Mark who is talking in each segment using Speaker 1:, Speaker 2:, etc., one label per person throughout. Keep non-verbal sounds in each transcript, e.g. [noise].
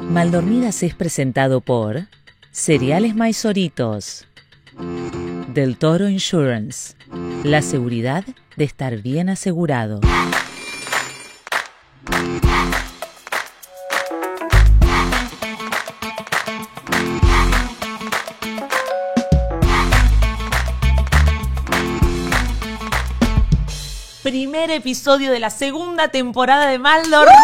Speaker 1: Maldormidas es presentado por Cereales Maisoritos, Del Toro Insurance, la seguridad de estar bien asegurado.
Speaker 2: Primer episodio de la segunda temporada de Maldormidas.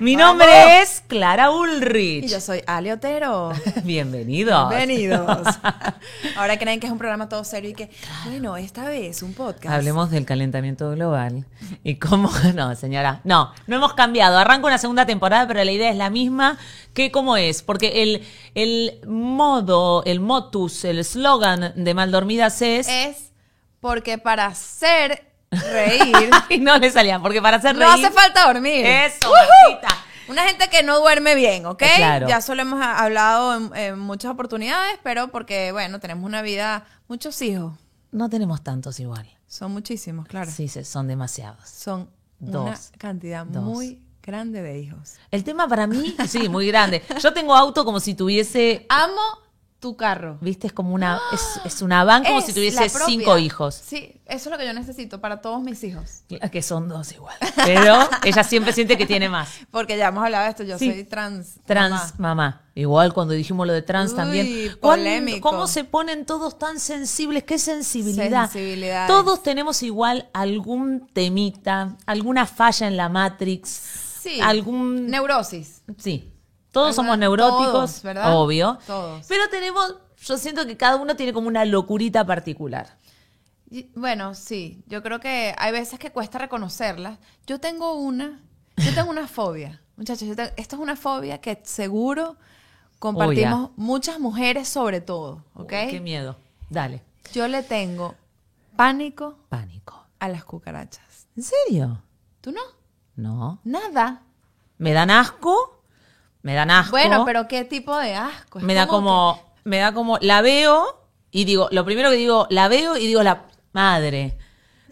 Speaker 2: Mi
Speaker 3: Vamos.
Speaker 2: nombre es Clara Ulrich.
Speaker 3: Y yo soy
Speaker 2: [laughs]
Speaker 3: Ale Otero.
Speaker 2: Bienvenidos.
Speaker 3: Bienvenidos. [laughs] Ahora creen que es un programa todo serio y que, bueno, esta vez un podcast.
Speaker 2: Hablemos del calentamiento global y cómo... [laughs] No, señora, no, no hemos cambiado. Arranca una segunda temporada, pero la idea es la misma que cómo es. Porque el, el modo, el motus, el slogan de Maldormidas es... [laughs]
Speaker 3: Es porque para hacer
Speaker 2: [laughs]
Speaker 3: reír
Speaker 2: Y no le salía, porque para hacer
Speaker 3: no
Speaker 2: reír-
Speaker 3: hace falta dormir.
Speaker 2: Eso, Martita.
Speaker 3: Una gente que no duerme bien, ¿ok?
Speaker 2: Eh, claro.
Speaker 3: Ya solo hemos ha- hablado en, en muchas oportunidades, pero porque, bueno, tenemos una vida, muchos hijos.
Speaker 2: No tenemos tantos igual.
Speaker 3: Son muchísimos, claro.
Speaker 2: Sí, se- son demasiados.
Speaker 3: Son
Speaker 2: Dos.
Speaker 3: una cantidad
Speaker 2: Dos.
Speaker 3: muy grande de hijos.
Speaker 2: El tema para mí, sí, muy grande. Yo tengo auto como si tuviese,
Speaker 3: Amo tu carro.
Speaker 2: viste, es como una, es, es una van como
Speaker 3: Es
Speaker 2: si
Speaker 3: la
Speaker 2: tuviese
Speaker 3: propia.
Speaker 2: cinco hijos.
Speaker 3: Sí, eso es lo que yo necesito para todos mis hijos.
Speaker 2: Que son dos igual. Pero ella siempre siente que tiene más.
Speaker 3: Porque ya hemos hablado de esto, yo
Speaker 2: Sí.
Speaker 3: soy trans.
Speaker 2: Trans,
Speaker 3: mamá.
Speaker 2: mamá. Igual cuando dijimos lo de trans
Speaker 3: Uy,
Speaker 2: también. ¿Cuándo-
Speaker 3: polémico.
Speaker 2: ¿Cómo se ponen todos tan sensibles? ¿Qué sensibilidad?
Speaker 3: Sensibilidades.
Speaker 2: Todos tenemos igual algún temita, alguna falla en la Matrix,
Speaker 3: Sí.
Speaker 2: algún...
Speaker 3: Neurosis.
Speaker 2: Sí. Todos
Speaker 3: Alguna-
Speaker 2: somos neuróticos,
Speaker 3: todos, ¿verdad?
Speaker 2: obvio.
Speaker 3: Todos.
Speaker 2: Pero tenemos, yo siento que cada uno tiene como una locurita particular.
Speaker 3: Y- bueno, sí, yo creo que hay veces que cuesta reconocerlas. Yo tengo una, yo tengo una fobia. Muchachos, yo te- esto es una fobia que seguro compartimos muchas mujeres sobre todo, ¿ok?
Speaker 2: Uy, qué miedo. Dale.
Speaker 3: yo le tengo pánico
Speaker 2: Pánico.
Speaker 3: a las cucarachas.
Speaker 2: ¿En serio?
Speaker 3: ¿Tú no?
Speaker 2: No.
Speaker 3: Nada.
Speaker 2: Me dan asco. Me dan asco.
Speaker 3: Bueno, pero ¿qué tipo de asco? Es
Speaker 2: me da como, me da como, la veo y digo, lo primero que digo, la veo y digo, la madre,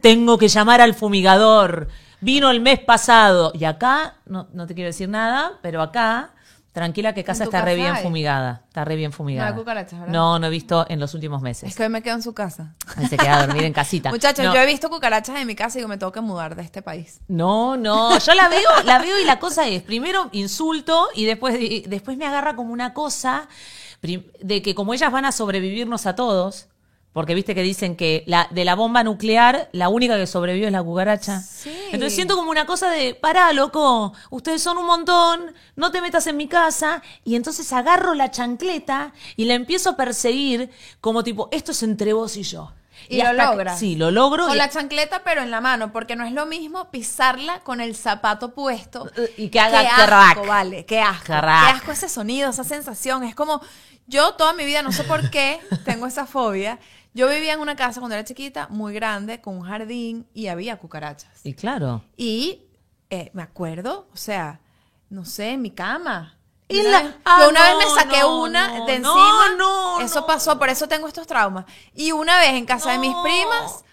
Speaker 2: tengo que llamar al fumigador. Vino el mes pasado y acá, no, no te quiero decir nada, pero acá, tranquila que casa
Speaker 3: tu
Speaker 2: está re
Speaker 3: casa
Speaker 2: bien
Speaker 3: hay?
Speaker 2: fumigada, está re bien fumigada.
Speaker 3: hay cucarachas, ¿verdad?
Speaker 2: No, no he visto en los últimos
Speaker 3: Es [laughs]
Speaker 2: meses.
Speaker 3: que hoy me quedo en su casa.
Speaker 2: Se queda a dormir en casita.
Speaker 3: Muchachos,
Speaker 2: No.
Speaker 3: yo he visto cucarachas en mi casa y digo, me tengo que mudar de este país.
Speaker 2: No, no, yo la veo, la veo y la cosa es, primero insulto y después, y después me agarra como una cosa prim- de que como ellas van a sobrevivirnos a todos, porque viste que dicen que la, de la bomba nuclear la única que sobrevive es la cucaracha.
Speaker 3: Sí.
Speaker 2: Entonces siento como una cosa de, pará, loco, ustedes son un montón, no te metas en mi casa. Y entonces agarro la chancleta y la empiezo a perseguir como tipo, esto es entre vos y yo.
Speaker 3: Y, lo
Speaker 2: hasta que-
Speaker 3: logras.
Speaker 2: Sí, lo logro.
Speaker 3: Con
Speaker 2: y-
Speaker 3: la chancleta, pero en la mano, porque no es lo mismo pisarla con el zapato puesto.
Speaker 2: Eh, y que haga
Speaker 3: qué asco,
Speaker 2: crack.
Speaker 3: vale, qué asco.
Speaker 2: Crack.
Speaker 3: Qué asco ese sonido, esa sensación. Es como, yo toda mi vida, no sé por
Speaker 2: [laughs]
Speaker 3: qué, tengo esa fobia. Yo vivía en una casa cuando era chiquita, muy grande, con un jardín y había cucarachas.
Speaker 2: y claro.
Speaker 3: Y eh, me acuerdo, o sea, no sé, en mi cama.
Speaker 2: Y
Speaker 3: Y una,
Speaker 2: la-
Speaker 3: vez,
Speaker 2: ah,
Speaker 3: yo una
Speaker 2: no,
Speaker 3: vez me saqué
Speaker 2: no,
Speaker 3: una
Speaker 2: no,
Speaker 3: de
Speaker 2: no,
Speaker 3: encima.
Speaker 2: no,
Speaker 3: eso
Speaker 2: no.
Speaker 3: pasó, por eso tengo estos traumas. Y una vez en casa de mis
Speaker 2: No.
Speaker 3: primas,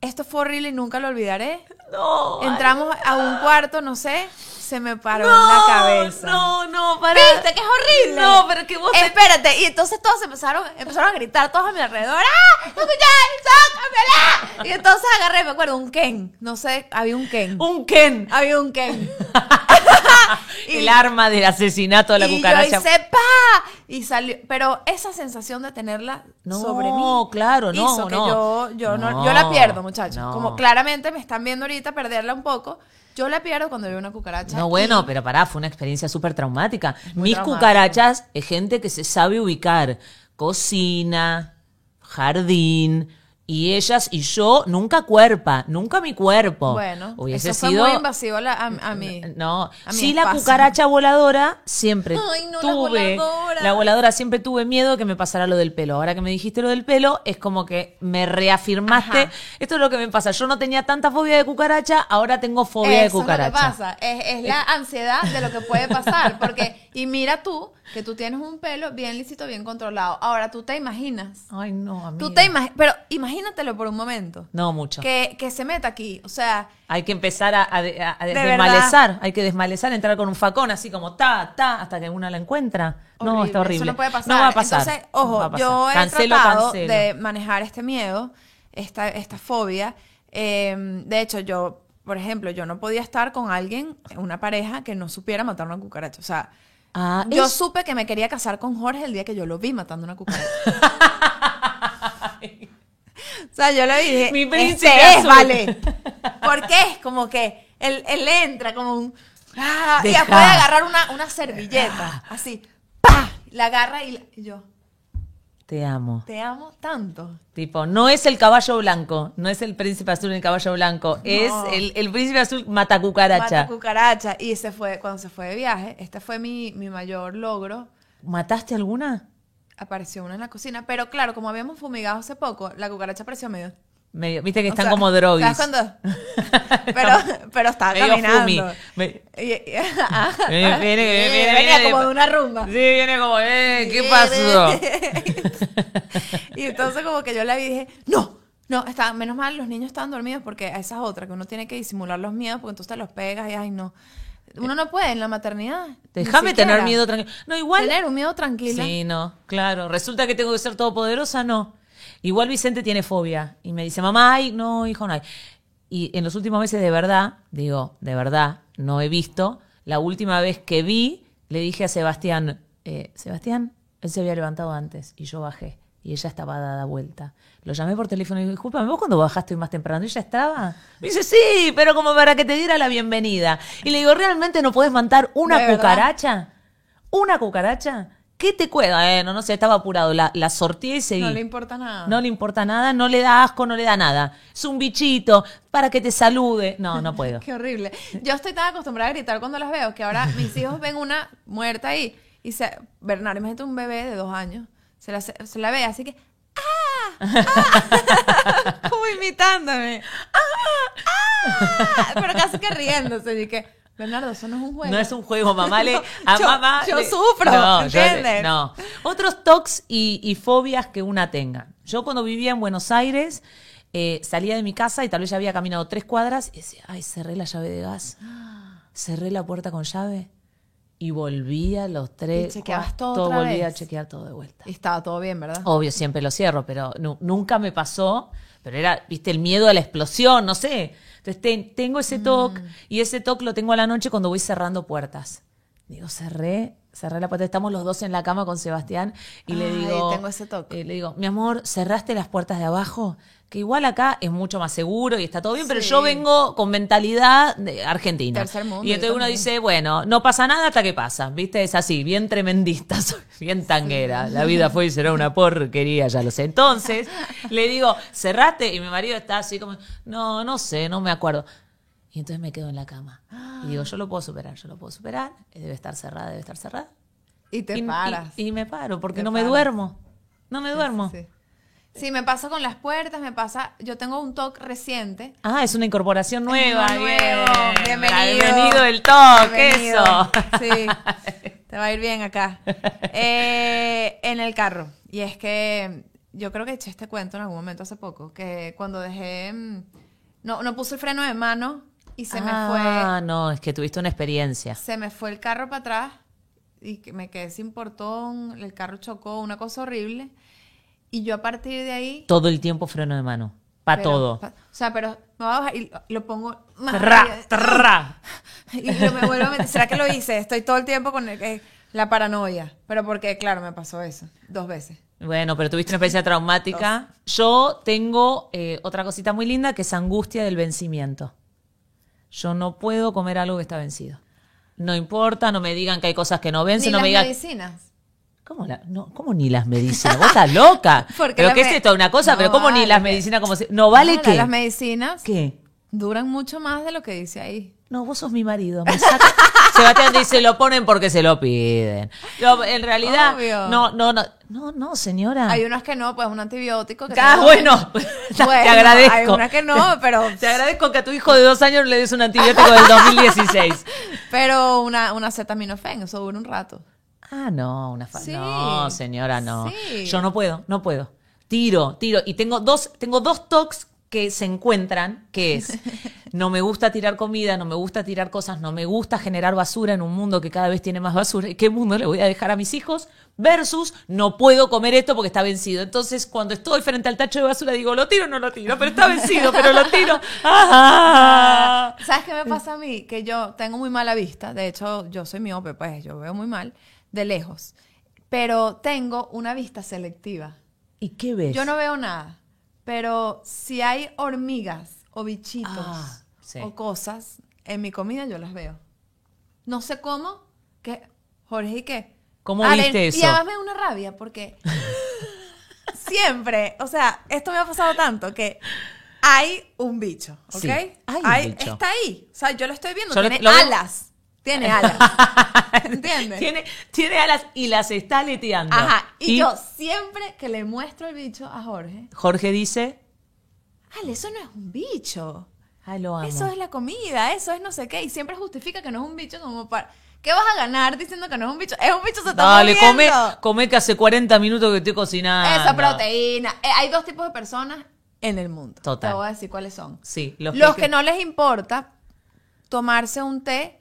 Speaker 3: esto fue horrible y nunca lo olvidaré.
Speaker 2: No. ay,
Speaker 3: Entramos a un cuarto, no sé, se me paró
Speaker 2: no,
Speaker 3: en la cabeza.
Speaker 2: No, no, para.
Speaker 3: ¿Viste que es horrible?
Speaker 2: No, pero que vos te-
Speaker 3: Espérate, y entonces todos empezaron, empezaron a gritar todos a mi alrededor. ¡Ah! ¡Escuchá! ¡Sácamela! Y entonces agarré, me acuerdo, un Ken. No sé, había un Ken.
Speaker 2: Un Ken.
Speaker 3: Había un Ken.
Speaker 2: [laughs]
Speaker 3: Y-
Speaker 2: el arma del asesinato de la
Speaker 3: y
Speaker 2: cucaracha.
Speaker 3: yo hice pa y salió, pero esa sensación de tenerla
Speaker 2: No,
Speaker 3: sobre mí.
Speaker 2: claro, no,
Speaker 3: hizo que
Speaker 2: no.
Speaker 3: yo yo no,
Speaker 2: No,
Speaker 3: yo la pierdo, muchachos.
Speaker 2: no.
Speaker 3: Como claramente me están viendo ahorita perderla un poco, yo la pierdo cuando veo una cucaracha.
Speaker 2: No, bueno, pero pará, fue una experiencia súper traumática.
Speaker 3: muy
Speaker 2: Mis
Speaker 3: traumático.
Speaker 2: cucarachas es gente que se sabe ubicar. Cocina, jardín. Y ellas y yo, nunca cuerpa, nunca mi cuerpo.
Speaker 3: Bueno,
Speaker 2: hubiese
Speaker 3: eso fue
Speaker 2: sido.
Speaker 3: muy invasivo a, la- a- a mí.
Speaker 2: No,
Speaker 3: a mi
Speaker 2: sí la
Speaker 3: espacio.
Speaker 2: cucaracha voladora siempre
Speaker 3: Ay, no, la
Speaker 2: tuve,
Speaker 3: voladora.
Speaker 2: la voladora siempre tuve miedo que me pasara lo del pelo. Ahora que me dijiste lo del pelo, es como que me reafirmaste.
Speaker 3: Ajá.
Speaker 2: Esto es lo que me pasa. Yo no tenía tanta fobia de cucaracha, Eh. ahora tengo fobia de
Speaker 3: Eso
Speaker 2: cucaracha.
Speaker 3: Es lo que pasa, es, es la ansiedad de lo que puede pasar, porque Y mira tú, que tú tienes un pelo bien lícito, bien controlado. Ahora, tú te imaginas.
Speaker 2: Ay, no, amiga.
Speaker 3: Tú te imaginas, pero imagínatelo por un momento.
Speaker 2: No, mucho.
Speaker 3: Que, que se meta aquí. O sea,
Speaker 2: Hay que empezar a, a- a- a
Speaker 3: De
Speaker 2: desmalezar. Hay que desmalezar, entrar con un facón así como ta, ta, hasta que una la encuentra. No,
Speaker 3: horrible.
Speaker 2: está horrible.
Speaker 3: Eso no puede pasar.
Speaker 2: No va a pasar.
Speaker 3: Entonces,
Speaker 2: No
Speaker 3: ojo,
Speaker 2: va a pasar.
Speaker 3: yo he
Speaker 2: Cancelo,
Speaker 3: tratado
Speaker 2: cancelo.
Speaker 3: de manejar este miedo, esta, esta fobia. Eh, de hecho, yo, por ejemplo, yo no podía estar con alguien, una pareja, que no supiera matar una cucaracha. O sea,
Speaker 2: Ah,
Speaker 3: yo
Speaker 2: es-
Speaker 3: supe que me quería casar con Jorge el día que yo lo vi matando una
Speaker 2: [laughs]
Speaker 3: cucaracha. o sea, yo le dije,
Speaker 2: Mi príncipe
Speaker 3: este es,
Speaker 2: azul". [laughs]
Speaker 3: vale. Porque es como que él, él entra como un... ah, y
Speaker 2: Deja.
Speaker 3: después de agarrar una, una
Speaker 2: Ah.
Speaker 3: servilleta, así, ¡pa! La agarra y, la- y yo,
Speaker 2: Te amo.
Speaker 3: te amo tanto.
Speaker 2: Tipo, no es el caballo blanco, no es el príncipe azul en el caballo blanco, es el, el príncipe azul matacucaracha.
Speaker 3: Mata cucaracha. Y se fue, cuando se fue de viaje, este fue mi, mi mayor logro.
Speaker 2: ¿Mataste alguna?
Speaker 3: Apareció una en la cocina, pero claro, como habíamos fumigado hace poco, la cucaracha apareció medio
Speaker 2: Medio- Viste que
Speaker 3: O
Speaker 2: están
Speaker 3: sea,
Speaker 2: como
Speaker 3: ¿sabes
Speaker 2: droguis. [laughs]
Speaker 3: cuando? Pero, pero estaba
Speaker 2: Medio
Speaker 3: caminando.
Speaker 2: fumi. Me-
Speaker 3: Y- [laughs] y- ajá.
Speaker 2: Viene- viene-
Speaker 3: Y
Speaker 2: viene-
Speaker 3: venía
Speaker 2: viene-
Speaker 3: como de una rumba.
Speaker 2: Sí, viene como, eh, ¿qué pasó? [laughs]
Speaker 3: y entonces como que yo la vi y dije, no, no, está, menos mal los niños estaban dormidos porque esa es otra, que uno tiene que disimular los miedos porque entonces te los pegas y ay no. Uno no puede en la maternidad. ni
Speaker 2: Déjame tener
Speaker 3: siquiera.
Speaker 2: miedo tranquilo. No, igual.
Speaker 3: Tener un miedo tranquilo.
Speaker 2: Sí, no, claro. Resulta que tengo que ser todopoderosa, no. Igual Vicente tiene fobia y me dice, mamá, ay, no, hijo, no hay. Y en los últimos meses, de verdad, digo, de verdad, no he visto. La última vez que vi, le dije a Sebastián, eh, Sebastián, él se había levantado antes y yo bajé. Y ella estaba dada vuelta. Lo llamé por teléfono y dije, discúlpame, ¿vos cuando bajaste hoy más temprano? ¿Y ella estaba? Me dice, sí, pero como para que te diera la bienvenida. Y le digo, ¿realmente no puedes mandar
Speaker 3: ¿De
Speaker 2: una
Speaker 3: verdad?
Speaker 2: cucaracha? ¿Una cucaracha? ¿Qué te cuesta? Eh, no, no sé, estaba apurado. La, la sorteé y seguí.
Speaker 3: No le importa nada.
Speaker 2: No le importa nada, no le da asco, no le da nada. Es un bichito para que te salude. No, no puedo.
Speaker 3: Qué horrible. Yo estoy tan acostumbrada a gritar cuando las veo que ahora
Speaker 2: [laughs]
Speaker 3: mis hijos ven una muerta ahí y se. Bernardo, imagínate un bebé de dos años. Se la, se la ve así que. ¡Ah! ¡Ah! Como imitándome. ¡Ah! ¡Ah! Pero casi que riéndose. Y que, Bernardo, eso no es un juego.
Speaker 2: No es un
Speaker 3: [laughs]
Speaker 2: juego, mamá le. A
Speaker 3: yo-
Speaker 2: mamá
Speaker 3: yo
Speaker 2: le-
Speaker 3: sufro,
Speaker 2: yo le-
Speaker 3: ¿entiendes?
Speaker 2: no. Otros tocs y, y fobias que una tenga. Yo cuando vivía en Buenos Aires, eh, salía de mi casa y tal vez ya había caminado tres cuadras y decía, ay, cerré la llave de
Speaker 3: [gasps]
Speaker 2: gas. Cerré la puerta con llave. Y volvía los tres.
Speaker 3: Y chequeabas
Speaker 2: cuadras,
Speaker 3: todo otra
Speaker 2: Volvía a
Speaker 3: vez.
Speaker 2: chequear todo de vuelta.
Speaker 3: Y estaba todo bien, ¿verdad?
Speaker 2: Obvio, siempre lo cierro, pero nu- nunca me pasó. Pero era, viste, el miedo a la explosión, no sé. Entonces te- tengo ese toque
Speaker 3: Mm.
Speaker 2: y ese toque lo tengo a la noche cuando voy cerrando puertas. Digo, cerré, cerré la puerta. Estamos los dos en la cama con Sebastián y le
Speaker 3: Ay,
Speaker 2: digo.
Speaker 3: tengo ese toc.
Speaker 2: eh, le digo, mi amor, cerraste las puertas de abajo, que igual acá es mucho más seguro y está todo bien, pero
Speaker 3: Sí.
Speaker 2: yo vengo con mentalidad de argentina.
Speaker 3: Tercer mundo,
Speaker 2: y
Speaker 3: yo
Speaker 2: entonces uno
Speaker 3: también.
Speaker 2: dice, bueno, no pasa nada hasta que pasa, ¿viste? Es así, bien tremendista, [laughs] soy, bien tanguera. La vida fue y será una porquería, ya lo sé.
Speaker 3: [laughs]
Speaker 2: Entonces, le digo, cerraste y mi marido está así como, no, no sé, no me acuerdo. Y entonces me quedo en la cama. Y digo, yo lo puedo superar, yo lo puedo superar, eh, debe estar cerrada, debe estar cerrada.
Speaker 3: Y te
Speaker 2: y, y-
Speaker 3: paras.
Speaker 2: Y, me paro, porque
Speaker 3: Te
Speaker 2: no me
Speaker 3: paras.
Speaker 2: duermo. No me duermo.
Speaker 3: Sí. Sí, me pasa con las puertas, me pasa. Yo tengo un toque reciente
Speaker 2: Ah, es una incorporación nueva.
Speaker 3: Año
Speaker 2: bien.
Speaker 3: nuevo. Bienvenido.
Speaker 2: Bienvenido el TOC,
Speaker 3: Bienvenido.
Speaker 2: eso.
Speaker 3: Sí. Te va a ir bien acá. Eh, en el carro. Y es que yo creo que eché este cuento en algún momento hace poco, que cuando dejé... mm, No, no puse el freno de mano y se
Speaker 2: Ah, no, es que tuviste una
Speaker 3: me
Speaker 2: experiencia.
Speaker 3: fue... Se me fue el carro para atrás y que me quedé sin portón, el carro chocó, una cosa horrible. Y yo a partir de ahí...
Speaker 2: Todo el tiempo freno de mano. Para
Speaker 3: pero-
Speaker 2: todo.
Speaker 3: pa- o sea, pero me voy a bajar y lo, lo pongo más arriba.
Speaker 2: Tra, tra.
Speaker 3: [laughs] Y yo me vuelvo a meter. ¿Será que lo hice? Estoy todo el tiempo con eh, la paranoia. Pero porque, claro, me pasó eso. Dos veces.
Speaker 2: Bueno, pero tuviste una experiencia traumática. Yo tengo eh, otra cosita muy linda que es angustia del vencimiento. Yo no puedo comer algo que está vencido. No importa, no me digan que hay cosas que no vencen,
Speaker 3: Ni
Speaker 2: no
Speaker 3: las
Speaker 2: me digan.
Speaker 3: medicinas.
Speaker 2: ¿Cómo, la- no, ¿Cómo ni las medicinas? ¿Vos estás loca?
Speaker 3: [laughs] Porque
Speaker 2: ¿Pero
Speaker 3: las
Speaker 2: qué es
Speaker 3: me-
Speaker 2: esto? Una cosa,
Speaker 3: No
Speaker 2: pero ¿cómo ni
Speaker 3: vale.
Speaker 2: las medicinas? Como si- ¿No vale
Speaker 3: Nada,
Speaker 2: qué?
Speaker 3: Las medicinas
Speaker 2: ¿Qué?
Speaker 3: duran mucho más de lo que dice ahí.
Speaker 2: No, vos sos mi marido. [laughs] me saca- Sebastián dice, lo ponen porque se lo piden. No, en realidad,
Speaker 3: Obvio.
Speaker 2: no, no, no, no, no, señora.
Speaker 3: Hay unos que no, pues un antibiótico. Que
Speaker 2: Ah,
Speaker 3: tengo-
Speaker 2: bueno, [laughs] te
Speaker 3: Bueno,
Speaker 2: agradezco.
Speaker 3: Hay unas que no, pero,
Speaker 2: [laughs] Te agradezco que a tu hijo de dos años le des un antibiótico
Speaker 3: [laughs]
Speaker 2: del 2016.
Speaker 3: pero una, una acetaminofén, eso dura un rato.
Speaker 2: Ah, no, una fa-
Speaker 3: Sí.
Speaker 2: No, señora, no.
Speaker 3: Sí.
Speaker 2: Yo no puedo, no puedo. Tiro, tiro. Y tengo dos, tengo dos tocs que se encuentran, que
Speaker 3: [laughs]
Speaker 2: es, no me gusta tirar comida, no me gusta tirar cosas, no me gusta generar basura en un mundo que cada vez tiene más basura. ¿Y qué mundo le voy a dejar a mis hijos? Versus, no puedo comer esto porque está vencido. Entonces, cuando estoy frente al tacho de basura, digo, lo tiro, no lo tiro, pero está vencido, pero lo
Speaker 3: [laughs]
Speaker 2: tiro. ¡Ah!
Speaker 3: ¿Sabes qué me pasa a mí? Que yo tengo muy mala vista. De hecho, yo soy miope, pues yo veo muy mal de lejos. Pero tengo una vista selectiva.
Speaker 2: ¿Y qué ves? [laughs]
Speaker 3: Yo no veo nada. Pero si hay hormigas o bichitos
Speaker 2: Ah, sí.
Speaker 3: o cosas en mi comida, yo las veo. No sé cómo, que Jorge, ¿y qué?
Speaker 2: ¿Cómo
Speaker 3: Ahora,
Speaker 2: viste
Speaker 3: y
Speaker 2: eso?
Speaker 3: Y además me da una rabia
Speaker 2: [laughs]
Speaker 3: porque siempre, o sea, esto me ha pasado tanto que hay un bicho, ¿ok?
Speaker 2: Sí, hay un
Speaker 3: Hay-
Speaker 2: bicho.
Speaker 3: Está ahí. O sea, yo lo estoy viendo.
Speaker 2: Yo lo-
Speaker 3: tiene
Speaker 2: lo veo-
Speaker 3: alas. Tiene
Speaker 2: [laughs]
Speaker 3: alas. ¿Entiendes?
Speaker 2: Tiene, tiene alas y las está aleteando.
Speaker 3: Ajá. Y, yo siempre que le muestro el bicho a Jorge,
Speaker 2: Jorge dice,
Speaker 3: Ale, eso no es un bicho.
Speaker 2: ay, lo amo.
Speaker 3: Eso es la comida, eso es no sé qué. Y siempre justifica que no es un bicho como para... ¿Qué vas a ganar diciendo que no es un bicho? Es un bicho, se está
Speaker 2: Dale, come, Ah,
Speaker 3: moviendo.
Speaker 2: come que hace 40 minutos que estoy cocinando.
Speaker 3: Esa proteína. Eh, hay dos tipos de personas en el mundo.
Speaker 2: Total.
Speaker 3: Te voy a decir cuáles son.
Speaker 2: Sí,
Speaker 3: Los,
Speaker 2: los,
Speaker 3: que, no les importa tomarse un té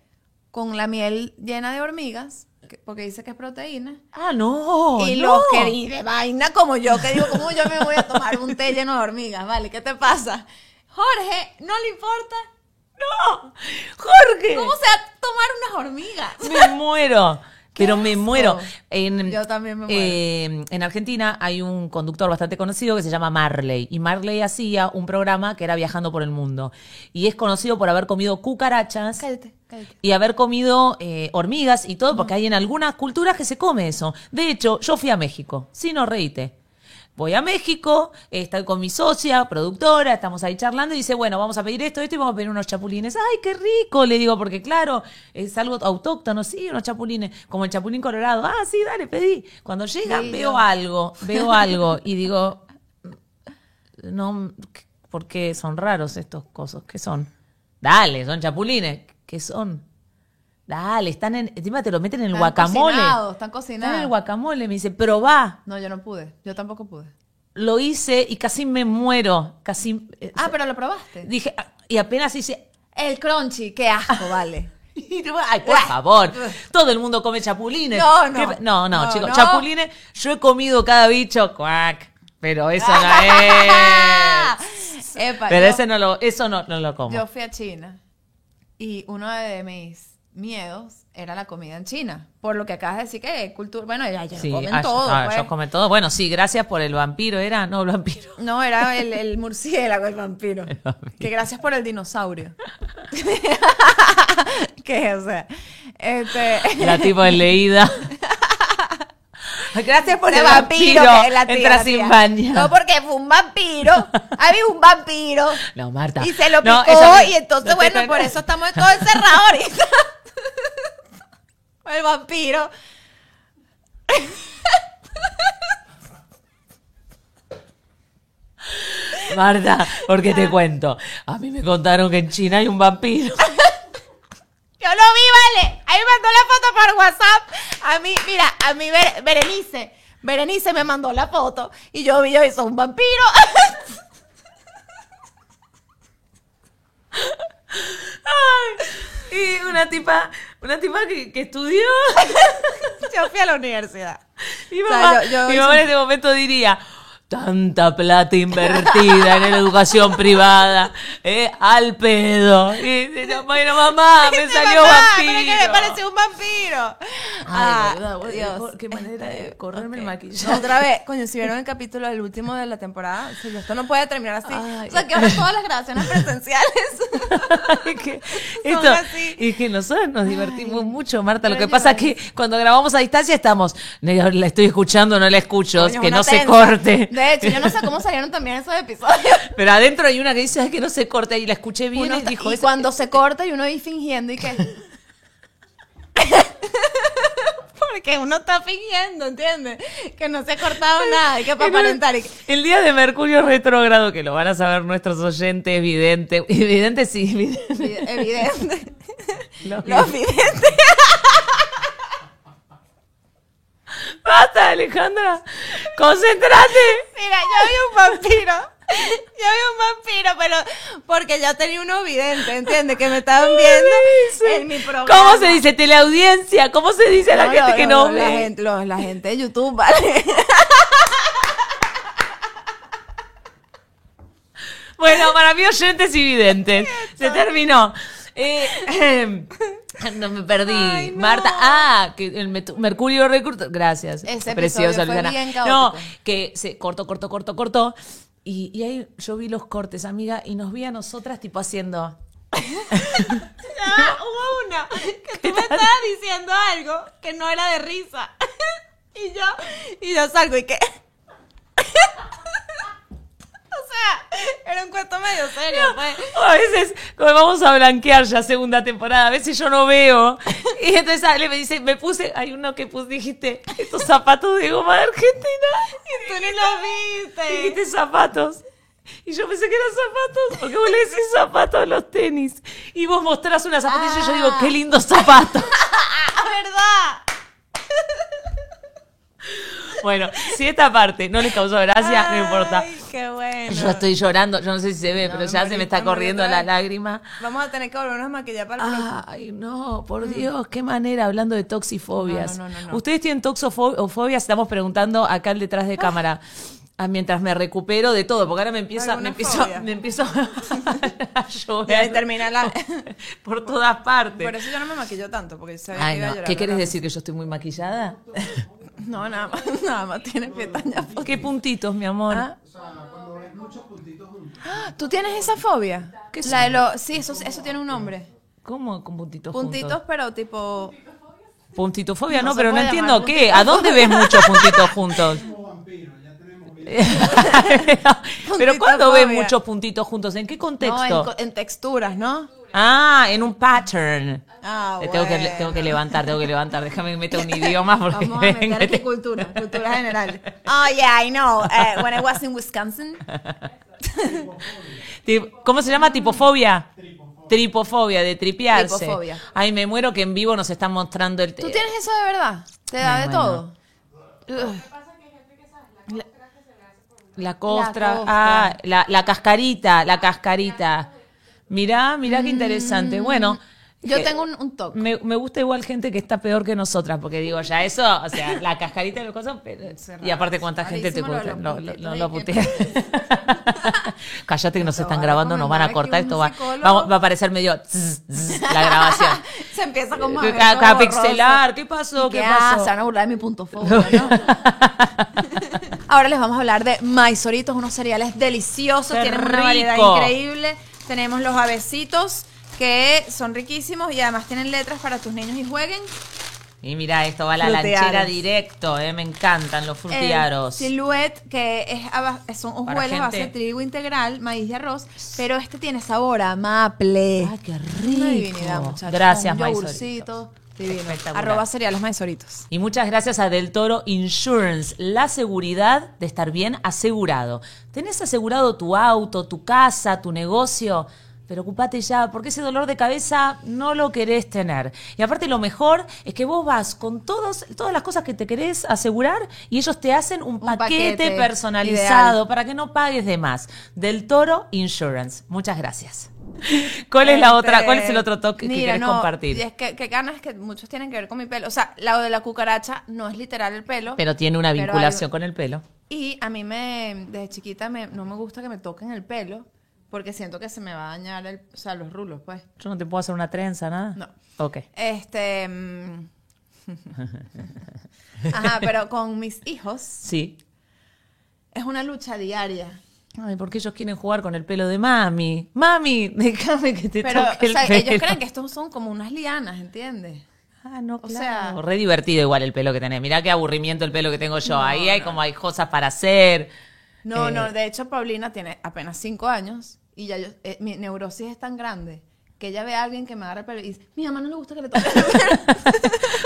Speaker 3: con la miel llena de hormigas, que- porque dice que es proteína.
Speaker 2: Ah, no.
Speaker 3: y
Speaker 2: no.
Speaker 3: los que di- de vaina como yo, que digo, ¿cómo yo me voy a tomar un té lleno de hormigas? Vale, ¿qué te pasa? Jorge, ¿no le importa?
Speaker 2: ¡No! ¡Jorge!
Speaker 3: ¿Cómo se va a tomar unas
Speaker 2: [laughs]
Speaker 3: hormigas?
Speaker 2: Me muero. Pero me
Speaker 3: asco.
Speaker 2: muero. En,
Speaker 3: Yo también me muero.
Speaker 2: eh, en Argentina hay un conductor bastante conocido que se llama Marley. Y Marley hacía un programa que era Viajando por el Mundo. Y es conocido por haber comido cucarachas.
Speaker 3: Cállate, cállate.
Speaker 2: y haber comido eh, hormigas y todo, porque hay en algunas culturas que se come eso. De hecho, yo fui a México, si no reíte. Voy a México, eh, estoy con mi socia, productora, estamos ahí charlando y dice, bueno, vamos a pedir esto, esto y vamos a pedir unos chapulines. ¡Ay, qué rico! Le digo, porque claro, es algo autóctono, sí, unos chapulines, como el chapulín colorado. Ah, sí, dale, pedí. Cuando llegan
Speaker 3: Sí,
Speaker 2: veo
Speaker 3: yo.
Speaker 2: algo, veo
Speaker 3: [laughs]
Speaker 2: algo y digo, no, ¿por qué son raros estos cosos? ¿Qué son? Dale, son chapulines. ¿Qué son? Dale, están en, encima te lo meten en el
Speaker 3: Están
Speaker 2: guacamole.
Speaker 3: cocinados,
Speaker 2: Están
Speaker 3: están
Speaker 2: en el
Speaker 3: cocinados.
Speaker 2: guacamole, me dice, probá.
Speaker 3: No, yo no pude. Yo tampoco pude.
Speaker 2: Lo hice y casi me muero, casi eh,
Speaker 3: Ah, pero lo probaste.
Speaker 2: dije ah, y apenas hice
Speaker 3: El crunchy, qué asco, vale.
Speaker 2: [laughs] Ay, por favor, todo el mundo come chapulines.
Speaker 3: No, no.
Speaker 2: ¿Qué- no, no,
Speaker 3: No,
Speaker 2: chicos,
Speaker 3: no.
Speaker 2: chapulines, yo he comido cada bicho, cuac, pero eso
Speaker 3: [laughs]
Speaker 2: no es.
Speaker 3: Epa,
Speaker 2: Pero
Speaker 3: yo,
Speaker 2: ese no lo, eso no, no lo como.
Speaker 3: yo fui a China y uno de mis miedos era la comida en China. Por lo que acabas de decir que cultura. Bueno, ya, ya
Speaker 2: Sí,
Speaker 3: comen
Speaker 2: ah,
Speaker 3: todo.
Speaker 2: ah,
Speaker 3: pues.
Speaker 2: ellos comen todo. Bueno, sí, gracias por el vampiro, era, no, el vampiro.
Speaker 3: No, era el, el murciélago,
Speaker 2: [laughs]
Speaker 3: el vampiro. Que gracias por el dinosaurio. [laughs] que, o sea, este,
Speaker 2: La tipo de
Speaker 3: [laughs]
Speaker 2: leída. gracias por
Speaker 3: Ese
Speaker 2: el vampiro.
Speaker 3: que es la tía,
Speaker 2: Entra
Speaker 3: la
Speaker 2: sin
Speaker 3: tía.
Speaker 2: bañar.
Speaker 3: No, porque fue un vampiro. Había un vampiro.
Speaker 2: No, Marta.
Speaker 3: Y se lo
Speaker 2: No,
Speaker 3: picó
Speaker 2: eso-
Speaker 3: y entonces,
Speaker 2: no te
Speaker 3: bueno,
Speaker 2: con-
Speaker 3: por eso estamos todos encerrados ahorita. [laughs] El vampiro.
Speaker 2: Marta, porque te cuento. A mí me contaron que en China hay un vampiro.
Speaker 3: Yo lo vi, vale. Ahí me mandó la foto por WhatsApp. A mí, mira, a mí Ber- Berenice. Berenice me mandó la foto y yo vi, yo hizo un vampiro. [laughs]
Speaker 2: Y una tipa, una tipa que, que estudió.
Speaker 3: Yo fui a la universidad.
Speaker 2: Mi
Speaker 3: O sea,
Speaker 2: mamá,
Speaker 3: yo- yo
Speaker 2: mi
Speaker 3: hice
Speaker 2: mamá
Speaker 3: un-
Speaker 2: en este momento diría. Tanta plata invertida en la educación privada, eh, al pedo. Y dice, bueno, mamá, me
Speaker 3: Dice, [laughs]
Speaker 2: salió
Speaker 3: "Mamá,
Speaker 2: vampiro.
Speaker 3: mira que me pareció un vampiro. Ah,
Speaker 2: boluda,
Speaker 3: Dios.
Speaker 2: cor- Qué manera de
Speaker 3: Este,
Speaker 2: correrme el
Speaker 3: ok.
Speaker 2: maquillaje.
Speaker 3: Otra vez, coño, si vieron el capítulo, el último de la temporada, o sea, esto no puede terminar así.
Speaker 2: Ay.
Speaker 3: o sea, que ahora todas las grabaciones
Speaker 2: [laughs]
Speaker 3: presenciales.
Speaker 2: [laughs] Es que
Speaker 3: Son
Speaker 2: esto-
Speaker 3: así.
Speaker 2: y que nosotros nos divertimos mucho, Marta. Lo que
Speaker 3: Pero
Speaker 2: pasa es
Speaker 3: yo-
Speaker 2: que cuando grabamos a distancia estamos, "Nega, la estoy escuchando, no la escucho,
Speaker 3: Coño,
Speaker 2: que
Speaker 3: una
Speaker 2: no se
Speaker 3: tensa.
Speaker 2: corte.
Speaker 3: De hecho, yo no sé cómo salieron también esos episodios.
Speaker 2: Pero adentro hay una que dice "Ay, que no se corte y la escuché bien
Speaker 3: Uno
Speaker 2: y
Speaker 3: está-
Speaker 2: dijo,
Speaker 3: y
Speaker 2: "Es-
Speaker 3: cuando se corta y uno ahí fingiendo y que... [laughs] Porque uno está fingiendo, ¿entiendes? Que no se ha cortado nada y que para
Speaker 2: en un-
Speaker 3: aparentar. Y que-
Speaker 2: El día de Mercurio retrógrado, que lo van a saber nuestros oyentes, vidente, vidente sí, vidente.
Speaker 3: [laughs]
Speaker 2: [laughs]
Speaker 3: Evi- Evidente.
Speaker 2: Los
Speaker 3: Lo
Speaker 2: videntes.
Speaker 3: evidente.
Speaker 2: Basta, Alejandra, concentrate.
Speaker 3: Mira, yo vi un vampiro. Yo vi un vampiro, pero porque yo tenía uno vidente, ¿entiendes? Que me estaban viendo en mi programa.
Speaker 2: ¿Cómo se dice teleaudiencia? ¿Cómo se dice a la
Speaker 3: No,
Speaker 2: gente
Speaker 3: no,
Speaker 2: que
Speaker 3: no,
Speaker 2: no,
Speaker 3: La
Speaker 2: ve?
Speaker 3: gente, los- la gente de YouTube, ¿vale?
Speaker 2: Bueno, para mí oyentes y videntes. Se terminó. Eh,
Speaker 3: [laughs]
Speaker 2: ejem. no me perdí.
Speaker 3: Ay, no.
Speaker 2: Marta, ah, que el metu- Mercurio recurso. Gracias. Preciosa,
Speaker 3: Ese episodio fue
Speaker 2: Luciana.
Speaker 3: bien
Speaker 2: no,
Speaker 3: caótico.
Speaker 2: que se cortó, cortó, cortó, cortó. Y, y ahí yo vi los cortes, amiga, y nos vi a nosotras tipo haciendo.
Speaker 3: Ah, hubo una que tú me estabas diciendo algo que no era de risa. Y yo, y yo salgo y que. o sea, era un cuento medio serio, pues.
Speaker 2: O a veces, como vamos a blanquear ya segunda temporada, a veces yo no veo. Y entonces Ale me dice, me puse, hay uno que pus- dijiste, estos zapatos de goma de Argentina.
Speaker 3: Y tú ni lo viste.
Speaker 2: Dijiste zapatos. Y yo pensé que eran zapatos, porque vos le decís zapatos a los tenis. Y vos mostrás una zapatilla y yo digo, qué lindo
Speaker 3: [laughs]
Speaker 2: zapato.
Speaker 3: Ah, ¿verdad?
Speaker 2: Bueno, si esta parte no les causó gracia, no importa.
Speaker 3: Ay, qué bueno.
Speaker 2: Yo estoy llorando, yo no sé si se ve,
Speaker 3: No,
Speaker 2: pero ya
Speaker 3: me
Speaker 2: se
Speaker 3: morí,
Speaker 2: me está
Speaker 3: me morí
Speaker 2: corriendo
Speaker 3: otra
Speaker 2: la
Speaker 3: vez.
Speaker 2: lágrima. Ah,
Speaker 3: Vamos a tener que volvernos a maquillar para el próximo.
Speaker 2: Ay, no, por Dios, qué manera, hablando de toxifobias.
Speaker 3: Mm. No, no, no, no, no.
Speaker 2: Ustedes tienen toxofobia, estamos preguntando acá al detrás de cámara. Ah, mientras me recupero de todo, porque ahora me empieza, [laughs] me
Speaker 3: ¿Alguna
Speaker 2: empiezo,
Speaker 3: fobia?
Speaker 2: me empiezo a
Speaker 3: Ya
Speaker 2: llover.
Speaker 3: ahí termina la.
Speaker 2: por todas partes.
Speaker 3: Por eso yo no me maquillo tanto, porque sabía
Speaker 2: Ay,
Speaker 3: que iba a
Speaker 2: no.
Speaker 3: llorar.
Speaker 2: ¿Qué quieres
Speaker 3: ¿verdad?
Speaker 2: decir? ¿Que yo estoy muy
Speaker 3: [laughs]
Speaker 2: maquillada?
Speaker 3: No, nada más, [laughs] nada más tienes pestañas.
Speaker 2: ¿Qué puntitos, mi amor?
Speaker 3: Ah. Ah, ¿Tú tienes esa fobia? la de lo- sí, eso, eso tiene un nombre.
Speaker 2: ¿Cómo con puntitos?
Speaker 3: Puntitos,
Speaker 2: juntos?
Speaker 3: pero tipo...
Speaker 2: Puntitofobia, no,
Speaker 3: No se
Speaker 2: pero no
Speaker 3: puede
Speaker 2: entiendo
Speaker 3: llamar
Speaker 2: qué. ¿A dónde ves muchos puntitos juntos? [laughs] pero ¿cuándo ves
Speaker 3: Puntitofobia.
Speaker 2: muchos puntitos juntos? ¿En qué
Speaker 3: No, en,
Speaker 2: contexto?
Speaker 3: co- en texturas, ¿no?
Speaker 2: Ah, en un pattern.
Speaker 3: Ah,
Speaker 2: Te tengo, que,
Speaker 3: bueno.
Speaker 2: tengo que levantar, tengo que levantar. Déjame que
Speaker 3: [laughs]
Speaker 2: meta un idioma porque
Speaker 3: Vamos a meter
Speaker 2: venga,
Speaker 3: aquí
Speaker 2: te-
Speaker 3: cultura,
Speaker 2: [laughs]
Speaker 3: cultura general. Oh, yeah, I know. Eh, when I was in
Speaker 2: [laughs]
Speaker 3: Wisconsin.
Speaker 2: Ti- ¿Cómo se llama? ¿Tipofobia? Tripofobia, de tripiarse.
Speaker 3: Tripofobia.
Speaker 2: Ay, me muero que en vivo nos están mostrando el...
Speaker 3: ¿Tú tienes eso de verdad? ¿Te da
Speaker 2: Ay,
Speaker 3: de
Speaker 2: bueno.
Speaker 3: todo? Ugh.
Speaker 2: La costra.
Speaker 3: La costra.
Speaker 2: Ah, la, la cascarita, la cascarita. Mirá, mirá qué interesante. Bueno.
Speaker 3: Mm. Yo
Speaker 2: que-
Speaker 3: tengo un, un toque.
Speaker 2: Me, me gusta igual gente que está peor que nosotras, porque digo, ya eso, o sea, la cascarita de los cosas, pero- y aparte cuánta gente te
Speaker 3: Rarísimo
Speaker 2: cuesta,
Speaker 3: lo de
Speaker 2: no,
Speaker 3: los
Speaker 2: lo,
Speaker 3: puntitos,
Speaker 2: no
Speaker 3: ¿eh?
Speaker 2: lo
Speaker 3: Que-
Speaker 2: putea. [laughs] Cállate que nos
Speaker 3: Te
Speaker 2: están
Speaker 3: van a
Speaker 2: grabando, nos van a
Speaker 3: recomendar que
Speaker 2: cortar,
Speaker 3: un
Speaker 2: esto va,
Speaker 3: psicólogo-
Speaker 2: vamos- va a parecer medio tss, tss, la
Speaker 3: [laughs]
Speaker 2: grabación.
Speaker 3: Se empieza como a
Speaker 2: Ca-
Speaker 3: ver
Speaker 2: Eh, ca-
Speaker 3: todo borroso.
Speaker 2: pixelar, ¿qué pasó? ¿Qué
Speaker 3: Ya,
Speaker 2: pasó? [laughs]
Speaker 3: se van a burlar de mi punto fobia, ¿no? Ahora les vamos a hablar de maizoritos, unos cereales deliciosos,
Speaker 2: Qué
Speaker 3: tienen una variedad
Speaker 2: rico.
Speaker 3: increíble. Tenemos los avecitos que son riquísimos y además tienen letras para tus niños y jueguen.
Speaker 2: Y mira, esto va a la
Speaker 3: Frutearos.
Speaker 2: lanchera directo, eh, me encantan los frutiaros.
Speaker 3: El Silhouette, que es a ba- son hojuelas a base de
Speaker 2: gente.
Speaker 3: trigo integral, maíz y arroz, pero este tiene sabor a maple.
Speaker 2: Ay, qué
Speaker 3: Una
Speaker 2: rico.
Speaker 3: divinidad, muchachos.
Speaker 2: Gracias,
Speaker 3: Un
Speaker 2: maizoritos.
Speaker 3: yogurcito divino.
Speaker 2: Espectacular.
Speaker 3: Arroba cereales maizoritos.
Speaker 2: Y muchas gracias a Del Toro Insurance, la seguridad de estar bien asegurado. ¿Tenés asegurado tu auto, tu casa, tu negocio? Preocupate ya, porque ese dolor de cabeza no lo querés tener. Y aparte lo mejor es que vos vas con todos, todas las cosas que te querés asegurar y ellos te hacen un, paquete,
Speaker 3: paquete
Speaker 2: personalizado
Speaker 3: ideal.
Speaker 2: para que no pagues de más. Del Toro Insurance. Muchas gracias. ¿Cuál es la
Speaker 3: Este,
Speaker 2: otra? ¿Cuál es el otro toque que
Speaker 3: mira,
Speaker 2: querés
Speaker 3: no,
Speaker 2: compartir?
Speaker 3: Y es que, que ganas que muchos tienen que ver con mi pelo. O sea, la de la cucaracha no es literal el pelo.
Speaker 2: Pero tiene una
Speaker 3: Pero hay-
Speaker 2: vinculación con el pelo.
Speaker 3: y a mí me, desde chiquita me- no me gusta que me toquen el pelo porque siento que se me va a dañar el, o sea, los rulos, pues.
Speaker 2: Yo no te puedo hacer una trenza, nada.
Speaker 3: No.
Speaker 2: Ok.
Speaker 3: Este. mm, [laughs] Ajá, pero con mis hijos
Speaker 2: Sí.
Speaker 3: es una lucha diaria.
Speaker 2: Ay, porque ellos quieren jugar con el pelo de mami. Mami, [laughs] déjame que te
Speaker 3: Pero
Speaker 2: toque el
Speaker 3: o sea,
Speaker 2: pelo.
Speaker 3: ellos creen que estos son como unas lianas, ¿entiendes?
Speaker 2: Ah, no,
Speaker 3: o
Speaker 2: claro.
Speaker 3: sea-
Speaker 2: Re divertido igual el pelo que tenés. Mirá qué aburrimiento el pelo que tengo yo. Ahí hay como hay cosas para hacer.
Speaker 3: No,
Speaker 2: Eh,
Speaker 3: no, de hecho Paulina tiene apenas cinco años y ya yo, eh, mi neurosis es tan grande que ella ve a alguien que me agarra el pelo y dice, mi mamá no le gusta que le toque
Speaker 2: [laughs]
Speaker 3: el pelo.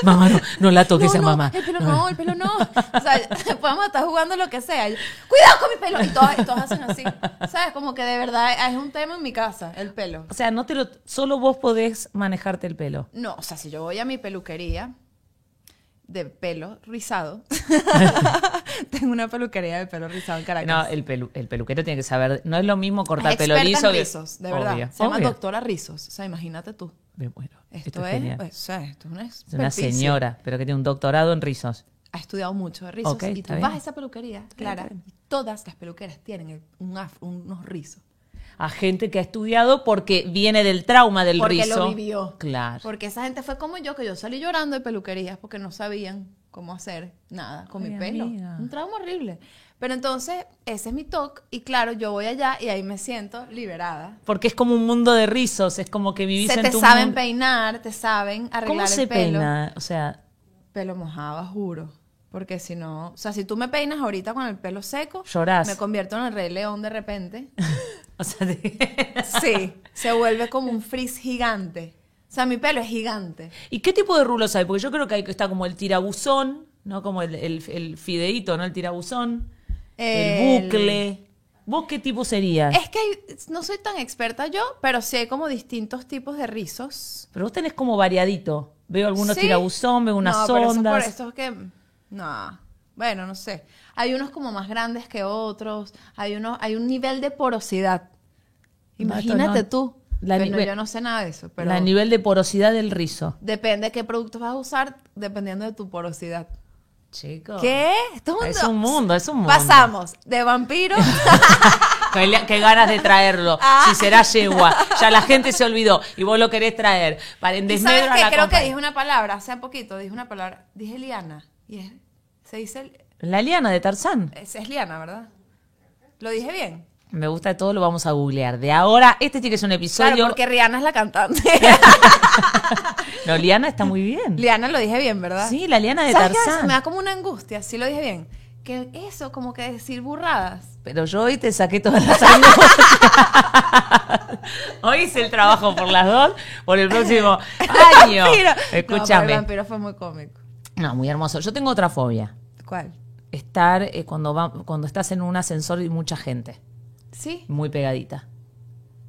Speaker 2: Mamá, no, no la toques
Speaker 3: no,
Speaker 2: a
Speaker 3: no,
Speaker 2: mamá.
Speaker 3: El pelo no, el pelo no. O sea, [laughs] podemos estar jugando lo que sea. Yo, Cuidado con mi pelo. Y todos, y todos hacen así. ¿Sabes? Como que de verdad es un tema en mi casa, el pelo.
Speaker 2: O sea, no te lo, solo vos podés manejarte el pelo.
Speaker 3: No, o sea, si yo voy a mi peluquería de pelo rizado, [laughs] tengo una peluquería de pelo rizado en Caracas.
Speaker 2: No, el, pelu- el peluquero tiene que saber. No es lo mismo cortar
Speaker 3: Es
Speaker 2: pelo
Speaker 3: experta en
Speaker 2: liso. que-
Speaker 3: rizos, de verdad.
Speaker 2: Obvio,
Speaker 3: Se llama
Speaker 2: obvio.
Speaker 3: doctora rizos. O sea, imagínate tú.
Speaker 2: Me muero. Esto
Speaker 3: Esto, es, pues,
Speaker 2: genial.
Speaker 3: o sea, esto es una
Speaker 2: Es una
Speaker 3: experticia.
Speaker 2: señora, pero que tiene un doctorado en rizos.
Speaker 3: Ha estudiado mucho de rizos
Speaker 2: Ok,
Speaker 3: y
Speaker 2: está
Speaker 3: tú
Speaker 2: bien.
Speaker 3: vas a esa peluquería, Clara,
Speaker 2: bien.
Speaker 3: y todas las peluqueras tienen el- un af- unos rizos.
Speaker 2: A gente que ha estudiado porque viene del trauma del
Speaker 3: porque
Speaker 2: rizo.
Speaker 3: lo vivió.
Speaker 2: Claro.
Speaker 3: Porque esa gente fue como yo, que yo salí llorando de peluquerías porque no sabían cómo hacer nada con
Speaker 2: Ay,
Speaker 3: mi pelo.
Speaker 2: amiga.
Speaker 3: Un trauma horrible. Pero entonces, ese es mi talk y claro, yo voy allá y ahí me siento liberada.
Speaker 2: Porque es como un mundo de rizos, es como que vivís
Speaker 3: Se
Speaker 2: en
Speaker 3: te
Speaker 2: tu
Speaker 3: saben
Speaker 2: mundo.
Speaker 3: peinar, te saben arreglar
Speaker 2: ¿Cómo
Speaker 3: el
Speaker 2: se
Speaker 3: pelo.
Speaker 2: peina? O sea,
Speaker 3: Pelo mojado, juro. Porque si no, o sea, si tú me peinas ahorita con el pelo seco,
Speaker 2: Llorás.
Speaker 3: me convierto en el rey león de repente. [laughs]
Speaker 2: o sea, de- [laughs]
Speaker 3: Sí, se vuelve como un frizz gigante. O sea, mi pelo es gigante.
Speaker 2: ¿Y qué tipo de rulos hay? Porque yo creo que hay, está como el tirabuzón, ¿no? Como el, el, el fideíto, ¿no? El tirabuzón. El,
Speaker 3: El-
Speaker 2: bucle. ¿Vos qué tipo serías?
Speaker 3: Es que hay- no soy tan experta yo, pero sí hay como distintos tipos de rizos.
Speaker 2: Pero vos tenés como variadito. Veo algunos
Speaker 3: Sí.
Speaker 2: tirabuzón, veo unas
Speaker 3: no, pero eso es
Speaker 2: ondas.
Speaker 3: por estos que. No. Bueno, no sé. Hay unos como más grandes que otros. Hay uno, hay un nivel de porosidad.
Speaker 2: No, esto
Speaker 3: Imagínate
Speaker 2: no-
Speaker 3: tú.
Speaker 2: la
Speaker 3: Bueno,
Speaker 2: nive-
Speaker 3: yo no sé nada de eso, pero
Speaker 2: La nivel de porosidad del rizo.
Speaker 3: depende de qué productos vas a usar, dependiendo de tu porosidad.
Speaker 2: Chicos.
Speaker 3: ¿Qué? Esto
Speaker 2: Es un mundo, es un mundo.
Speaker 3: Pasamos
Speaker 2: [laughs]
Speaker 3: de vampiro.
Speaker 2: Qué, le- qué ganas de traerlo.
Speaker 3: [laughs] Ah.
Speaker 2: Si será yegua. Ya la gente se olvidó. Y vos lo querés traer. Para en
Speaker 3: [laughs] ¿Y
Speaker 2: desmedro
Speaker 3: sabes
Speaker 2: a
Speaker 3: qué?
Speaker 2: la
Speaker 3: Creo que
Speaker 2: compañía.
Speaker 3: dije una palabra hace poquito, dije una palabra, dije liana. Y es- se dice el-
Speaker 2: La liana de Tarzán.
Speaker 3: Es, es Liana, ¿verdad? Lo dije bien.
Speaker 2: Me gusta todo, lo vamos a googlear. De ahora, este tiene que ser un episodio.
Speaker 3: Claro, porque Rihanna es la
Speaker 2: [laughs]
Speaker 3: cantante. [laughs]
Speaker 2: No, Liana está muy bien.
Speaker 3: Liana lo dije bien, ¿verdad?
Speaker 2: Sí, la liana de
Speaker 3: ¿Sabes qué? A veces
Speaker 2: Tarzán.
Speaker 3: Me da como una angustia, sí lo dije bien. Que eso, como que decir burradas.
Speaker 2: Pero yo hoy te saqué todas las angustias. [laughs] Hoy hice el trabajo por las dos, por el
Speaker 3: [laughs]
Speaker 2: próximo año.
Speaker 3: Vampiro. No, pero el
Speaker 2: [laughs] Escúchame.
Speaker 3: vampiro fue muy cómico.
Speaker 2: No, muy hermoso. Yo tengo otra fobia.
Speaker 3: ¿Cuál?
Speaker 2: Estar eh, cuando, va, cuando estás en un ascensor y mucha gente.
Speaker 3: ¿Sí?
Speaker 2: Muy pegadita.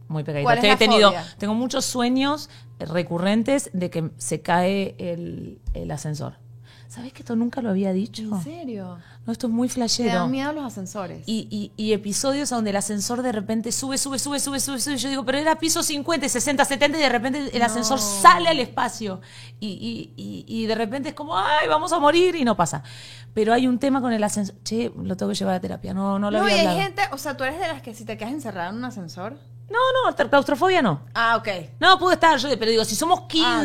Speaker 2: Muy pegadita.
Speaker 3: ¿Cuál es
Speaker 2: Te-
Speaker 3: la
Speaker 2: he tenido,
Speaker 3: fobia?
Speaker 2: tengo muchos sueños eh, recurrentes de que se cae el, el ascensor. ¿Sabés que esto nunca lo había dicho?
Speaker 3: ¿En serio?
Speaker 2: No, esto es muy
Speaker 3: Te dan
Speaker 2: flashero.
Speaker 3: miedo los ascensores.
Speaker 2: Y, y, y episodios donde el ascensor de repente sube, sube, sube, sube, sube, sube. Yo digo, pero era piso 50, 60, 70 y de repente el ascensor sale al espacio. Y, y, y, y de repente es como, ay, vamos a morir y no pasa. Pero hay un tema con el ascensor. Che, lo tengo que llevar a terapia. No, no lo
Speaker 3: no, y
Speaker 2: había
Speaker 3: hay
Speaker 2: hablado.
Speaker 3: gente, o sea, tú eres de las que si te quedas encerrada en un ascensor.
Speaker 2: No, no, tra- claustrofobia no.
Speaker 3: Ah, ok.
Speaker 2: No, puedo estar yo, pero digo, si somos 15
Speaker 3: Ah,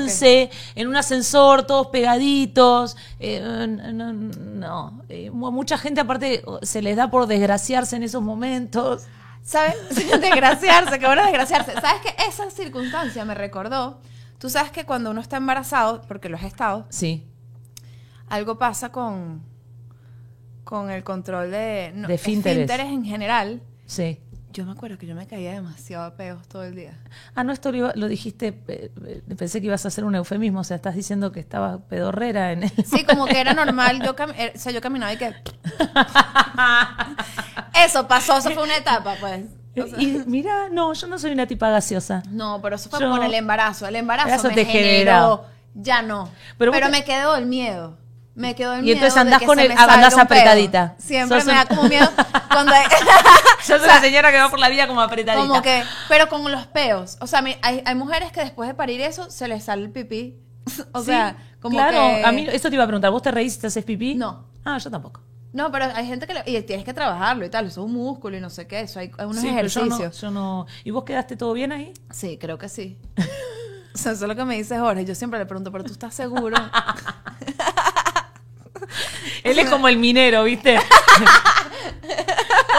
Speaker 3: ok.
Speaker 2: en un ascensor, todos pegaditos, eh, no, no, no. Eh, mu- mucha gente aparte o- se les da por desgraciarse en esos momentos.
Speaker 3: ¿Sabes? [laughs] desgraciarse, qué bueno desgraciarse. ¿Sabes que Esa circunstancia me recordó. Tú sabes que cuando uno está embarazado, porque lo has estado,
Speaker 2: Sí,
Speaker 3: algo pasa con, con el control de, no,
Speaker 2: De esfínteres.
Speaker 3: esfínteres en general.
Speaker 2: sí.
Speaker 3: Yo me acuerdo que yo me caía demasiado a peos todo el día.
Speaker 2: Ah, no, esto lo, iba- lo dijiste, eh, eh, pensé que ibas a hacer un eufemismo, o sea, estás diciendo que estaba pedorrera en
Speaker 3: Sí, como que era normal. Yo cam- eh, o sea, yo caminaba y que. Eso pasó, eso fue una etapa, pues. O
Speaker 2: [laughs]
Speaker 3: sea,
Speaker 2: Y mira, no, yo no soy una tipa gaseosa.
Speaker 3: no, pero eso fue
Speaker 2: Yo-
Speaker 3: por el embarazo. El embarazo
Speaker 2: Eso
Speaker 3: me
Speaker 2: te
Speaker 3: generó. Ya no.
Speaker 2: Pero
Speaker 3: Pero,
Speaker 2: vos te-
Speaker 3: me quedó el miedo. Me quedó el
Speaker 2: Y
Speaker 3: miedo.
Speaker 2: entonces
Speaker 3: de
Speaker 2: andás
Speaker 3: que
Speaker 2: con
Speaker 3: se
Speaker 2: el-
Speaker 3: me salga
Speaker 2: andás
Speaker 3: un pedo.
Speaker 2: apretadita.
Speaker 3: Siempre
Speaker 2: Sos
Speaker 3: me
Speaker 2: un-
Speaker 3: da como
Speaker 2: [laughs]
Speaker 3: miedo cuando. [laughs]
Speaker 2: Yo soy una señora que va por la vida como apretadita.
Speaker 3: Como que, pero con los peos. O sea, mi- hay, hay mujeres que después de parir eso se les sale el pipí. [laughs] O
Speaker 2: Sí,
Speaker 3: sea, como
Speaker 2: claro,
Speaker 3: que-
Speaker 2: a mí eso te iba a preguntar, ¿vos te reís y te haces pipí?
Speaker 3: No.
Speaker 2: Ah, yo tampoco.
Speaker 3: No, pero hay gente que le- y tienes que trabajarlo y tal, eso es un músculo y no sé qué, eso hay, hay unos
Speaker 2: Sí, pero yo no-
Speaker 3: ejercicios.
Speaker 2: Yo no, ¿Y vos quedaste todo bien ahí?
Speaker 3: Sí, [laughs] [laughs] creo que sí. O sea, eso es lo que me dice Jorge. Yo siempre le pregunto, pero tú estás seguro.
Speaker 2: Él
Speaker 3: [laughs]
Speaker 2: es como el minero, ¿viste?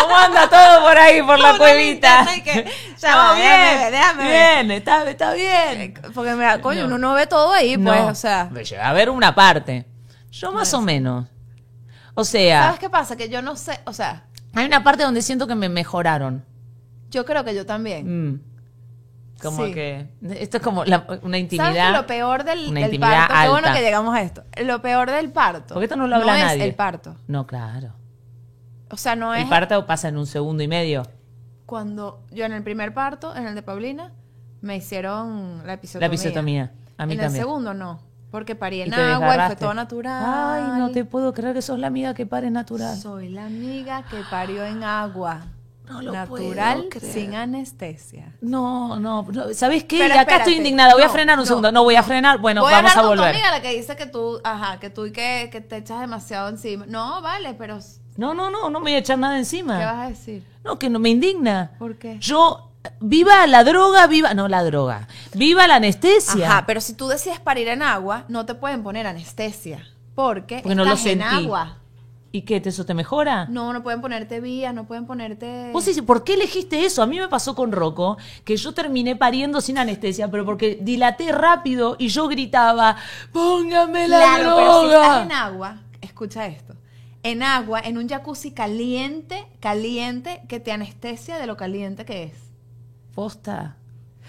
Speaker 2: ¿Cómo anda todo por ahí, por la
Speaker 3: Una
Speaker 2: cuevita?
Speaker 3: linterna
Speaker 2: [laughs]
Speaker 3: y que, ya
Speaker 2: Estamos
Speaker 3: va,
Speaker 2: bien,
Speaker 3: déjame ver, déjame ver.
Speaker 2: bien, está, está bien.
Speaker 3: Porque me da- coño,
Speaker 2: No.
Speaker 3: uno no ve todo ahí, pues,
Speaker 2: No,
Speaker 3: o sea.
Speaker 2: me llega a ver una parte. Yo más o menos. O sea,
Speaker 3: ¿Sabes qué pasa? Que yo no sé, o sea,
Speaker 2: hay una parte donde siento que me mejoraron.
Speaker 3: yo creo que yo también.
Speaker 2: Mm. Como
Speaker 3: Sí.
Speaker 2: que. Esto es como la- una
Speaker 3: ¿Sabes que
Speaker 2: intimidad.
Speaker 3: lo peor del,
Speaker 2: Una
Speaker 3: del
Speaker 2: intimidad
Speaker 3: parto? Qué bueno
Speaker 2: alta.
Speaker 3: que llegamos a esto. Lo peor del parto.
Speaker 2: Porque esto no lo habla
Speaker 3: es
Speaker 2: nadie.
Speaker 3: el parto.
Speaker 2: No, claro.
Speaker 3: O sea, no es
Speaker 2: El parto pasa en un segundo y medio.
Speaker 3: cuando yo en el primer parto, en el de Paulina, me hicieron la episotomía.
Speaker 2: La episiotomía. A mí
Speaker 3: en el
Speaker 2: también.
Speaker 3: segundo no, porque parí
Speaker 2: Y
Speaker 3: en
Speaker 2: te
Speaker 3: agua, y fue
Speaker 2: desgarraste.
Speaker 3: todo natural.
Speaker 2: Ay, no te puedo creer que sos la amiga que pare natural.
Speaker 3: Soy la amiga que parió en agua.
Speaker 2: No lo
Speaker 3: natural,
Speaker 2: puedo creer.
Speaker 3: sin anestesia.
Speaker 2: No, no, no, ¿sabés qué?
Speaker 3: Pero
Speaker 2: Acá
Speaker 3: espérate.
Speaker 2: estoy indignada. Voy a
Speaker 3: No,
Speaker 2: frenar un
Speaker 3: no,
Speaker 2: segundo. No voy a frenar. Bueno,
Speaker 3: Voy
Speaker 2: vamos a,
Speaker 3: hablar con tu
Speaker 2: volver.
Speaker 3: amiga, la que dice que tú, ajá, que tú y que, que te echas demasiado encima. No, vale, pero s-
Speaker 2: No, no, no, no me voy a echar nada
Speaker 3: ¿qué
Speaker 2: encima.
Speaker 3: vas a decir?
Speaker 2: No, que no me indigna.
Speaker 3: ¿Por qué?
Speaker 2: Yo, viva la droga, viva, no la droga, viva la anestesia.
Speaker 3: Ajá, pero si tú decides parir en agua, no te pueden poner anestesia. Porque,
Speaker 2: Porque no lo
Speaker 3: estás en
Speaker 2: sentí.
Speaker 3: agua.
Speaker 2: ¿Y qué? te- ¿Eso te mejora?
Speaker 3: No, no pueden ponerte vías, no pueden ponerte.
Speaker 2: Vos decís, ¿por qué elegiste eso? A mí me pasó con Rocco, que yo terminé pariendo sin anestesia, pero porque dilaté rápido y yo gritaba, póngame la
Speaker 3: claro,
Speaker 2: droga.
Speaker 3: pero si estás en agua, escucha esto. En agua, en un jacuzzi caliente, caliente, que te anestesia de lo caliente que es.
Speaker 2: Posta.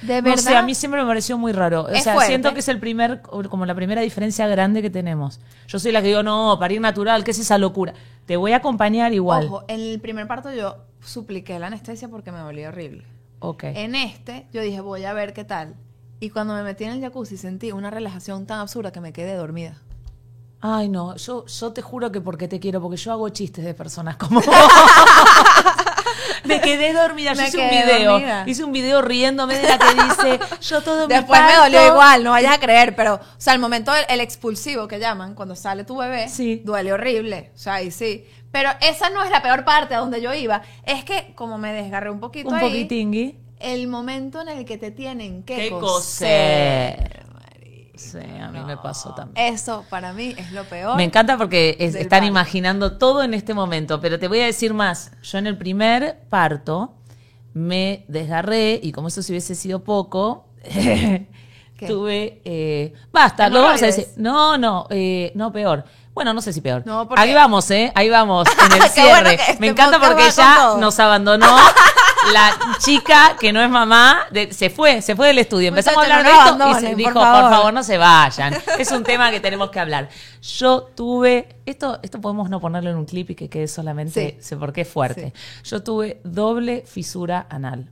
Speaker 3: De
Speaker 2: No
Speaker 3: verdad.
Speaker 2: sé, a mí siempre me pareció muy raro. O
Speaker 3: Es
Speaker 2: sea,
Speaker 3: fuerte.
Speaker 2: siento que es el primer, como la primera diferencia grande que tenemos. Yo soy la que digo, no, parir natural, ¿qué es esa locura? Te voy a acompañar igual.
Speaker 3: Ojo, en el primer parto yo supliqué la anestesia porque me dolía horrible.
Speaker 2: Ok.
Speaker 3: En este, yo dije, voy a ver qué tal. Y cuando me metí en el jacuzzi sentí una relajación tan absurda que me quedé dormida.
Speaker 2: Ay, no, yo, yo te juro que porque te quiero, porque yo hago chistes de personas
Speaker 3: [laughs]
Speaker 2: como vos. Me quedé dormida, yo
Speaker 3: Me
Speaker 2: hice un
Speaker 3: quedé
Speaker 2: video.
Speaker 3: dormida.
Speaker 2: Hice un video riéndome de la que dice, yo todo mi
Speaker 3: Después me
Speaker 2: parto-
Speaker 3: dolió igual, no vayas a creer, pero, o sea, el momento del el expulsivo que llaman, cuando sale tu bebé,
Speaker 2: Sí.
Speaker 3: duele horrible, o sea, ahí sí. Pero esa no es la peor parte a donde yo iba, es que como me desgarré un poquito
Speaker 2: Un
Speaker 3: ahí,
Speaker 2: poquitingui.
Speaker 3: el momento en el que te tienen que,
Speaker 2: Qué
Speaker 3: coser.
Speaker 2: Sí, a mí me pasó también.
Speaker 3: Eso para mí es lo peor.
Speaker 2: Me encanta porque es-
Speaker 3: Del
Speaker 2: están
Speaker 3: parto.
Speaker 2: imaginando todo en este momento, pero te voy a decir más. Yo en el primer parto me desgarré y como eso si hubiese sido poco, [laughs] tuve... eh, basta, lo vamos a
Speaker 3: Hemorroides.
Speaker 2: decir. No, no, eh, no peor. Bueno, no sé si peor.
Speaker 3: No, porque-
Speaker 2: Ahí vamos, ¿eh? Ahí vamos, en el
Speaker 3: [laughs] Qué bueno
Speaker 2: cierre.
Speaker 3: que este
Speaker 2: me encanta
Speaker 3: podcast
Speaker 2: porque
Speaker 3: va con
Speaker 2: ya
Speaker 3: todo.
Speaker 2: nos
Speaker 3: [laughs]
Speaker 2: abandonó la chica que no es mamá. de- se fue, se fue del estudio. Empezamos a
Speaker 3: Muchachos, no
Speaker 2: hablar
Speaker 3: nos
Speaker 2: de esto y se
Speaker 3: abandonen,
Speaker 2: dijo,
Speaker 3: por favor.
Speaker 2: por favor, no se vayan. Es un tema que tenemos que hablar. Yo tuve, esto, esto podemos no ponerlo en un clip y que quede solamente,
Speaker 3: Sí.
Speaker 2: sé por qué es fuerte. Yo tuve doble fisura anal,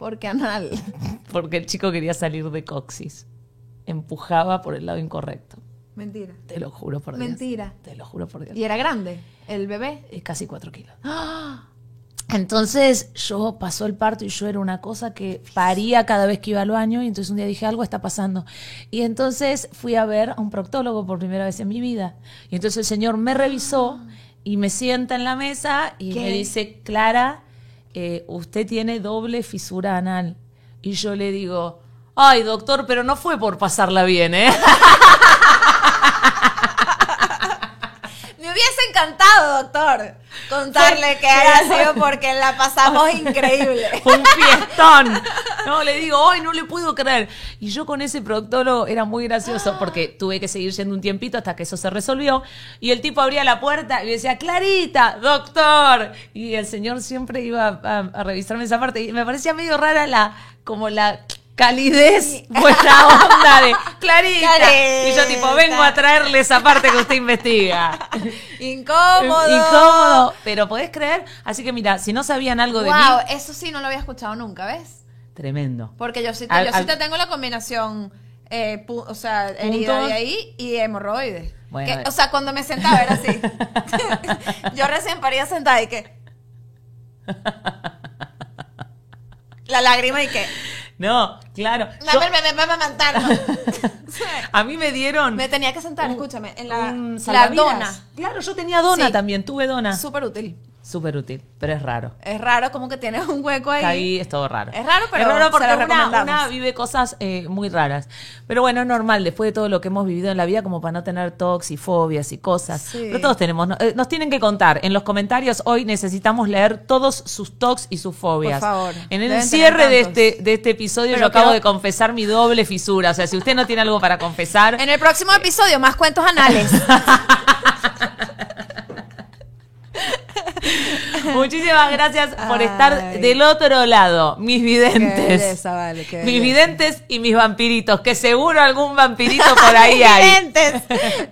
Speaker 3: Porque anal. [laughs]
Speaker 2: porque el chico quería salir de coxis. Empujaba por el lado incorrecto.
Speaker 3: Mentira.
Speaker 2: Te lo juro por Dios.
Speaker 3: Mentira.
Speaker 2: Te lo juro por Dios.
Speaker 3: Y era grande, el bebé.
Speaker 2: Eh, Casi cuatro kilos. Entonces yo pasó el parto y yo era una cosa que paría cada vez que iba al baño y entonces un día dije algo está pasando. Y entonces fui a ver a un proctólogo por primera vez en mi vida. Y entonces el señor me revisó y me sienta en la mesa y
Speaker 3: ¿Qué?
Speaker 2: me dice, Clara, eh, usted tiene doble fisura anal. Y yo le digo, ay doctor, pero no fue por pasarla bien, ¿eh?
Speaker 3: Me hubiese encantado, doctor, contarle que haya sido porque la pasamos [laughs] increíble.
Speaker 2: Fue un fiestón. No, le digo, hoy no le puedo creer. Y yo con ese proctólogo era muy gracioso porque tuve que seguir yendo un tiempito hasta que eso se resolvió. Y el tipo abría la puerta y decía, Clarita, doctor. Y el señor siempre iba a, a revisarme esa parte. Y me parecía medio rara la, como la [laughs] calidez, buena onda de Clarita. Y yo tipo, vengo a traerle esa parte que usted investiga.
Speaker 3: Incómodo.
Speaker 2: Incómodo. Pero podés creer. Así que mira, si no sabían algo de
Speaker 3: Wow,
Speaker 2: mí,
Speaker 3: eso sí no lo había escuchado nunca, ¿ves?
Speaker 2: tremendo.
Speaker 3: Porque yo sí te,
Speaker 2: Al-
Speaker 3: yo sí
Speaker 2: al-
Speaker 3: te tengo la combinación, eh, pu- o sea, herida
Speaker 2: Puntos.
Speaker 3: de ahí y hemorroides.
Speaker 2: Bueno. eh.
Speaker 3: Que, o sea, cuando me sentaba
Speaker 2: [laughs]
Speaker 3: era así. [laughs] yo recién paría sentada y que... La lágrima y que...
Speaker 2: No, claro.
Speaker 3: Me,
Speaker 2: Yo-
Speaker 3: me, me, me,
Speaker 2: [laughs]
Speaker 3: me mataron.
Speaker 2: a mí me dieron
Speaker 3: Me tenía que sentar, escúchame, en la,
Speaker 2: un
Speaker 3: la
Speaker 2: salvavidas. Ah.
Speaker 3: dona.
Speaker 2: Claro, yo tenía dona
Speaker 3: Sí.
Speaker 2: también, tuve dona.
Speaker 3: Súper útil.
Speaker 2: Súper útil, pero es raro.
Speaker 3: Es raro, como que tienes un hueco ahí.
Speaker 2: Ahí es todo raro.
Speaker 3: Es raro, pero
Speaker 2: es raro porque
Speaker 3: se lo
Speaker 2: una,
Speaker 3: recomendamos.
Speaker 2: una vive cosas eh, muy raras. Pero bueno, es normal, después de todo lo que hemos vivido en la vida, como para no tener tox y fobias y cosas.
Speaker 3: Sí.
Speaker 2: Pero todos tenemos, no- eh, nos tienen que contar. En los comentarios hoy necesitamos leer todos sus tox y sus fobias.
Speaker 3: Por favor,
Speaker 2: En el
Speaker 3: deben
Speaker 2: cierre
Speaker 3: tener
Speaker 2: de
Speaker 3: tantos.
Speaker 2: este, de este episodio
Speaker 3: Pero
Speaker 2: yo acabo
Speaker 3: creo-
Speaker 2: de confesar mi doble fisura. O sea, si usted no tiene algo para confesar,
Speaker 3: [laughs] En el próximo episodio, más cuentos anales.
Speaker 2: [laughs] Muchísimas gracias por estar
Speaker 3: Ay.
Speaker 2: del otro lado, mis videntes.
Speaker 3: belleza, vale, qué
Speaker 2: mis
Speaker 3: belleza.
Speaker 2: videntes y mis vampiritos, que seguro algún
Speaker 3: [laughs]
Speaker 2: vampirito por ahí hay.
Speaker 3: videntes.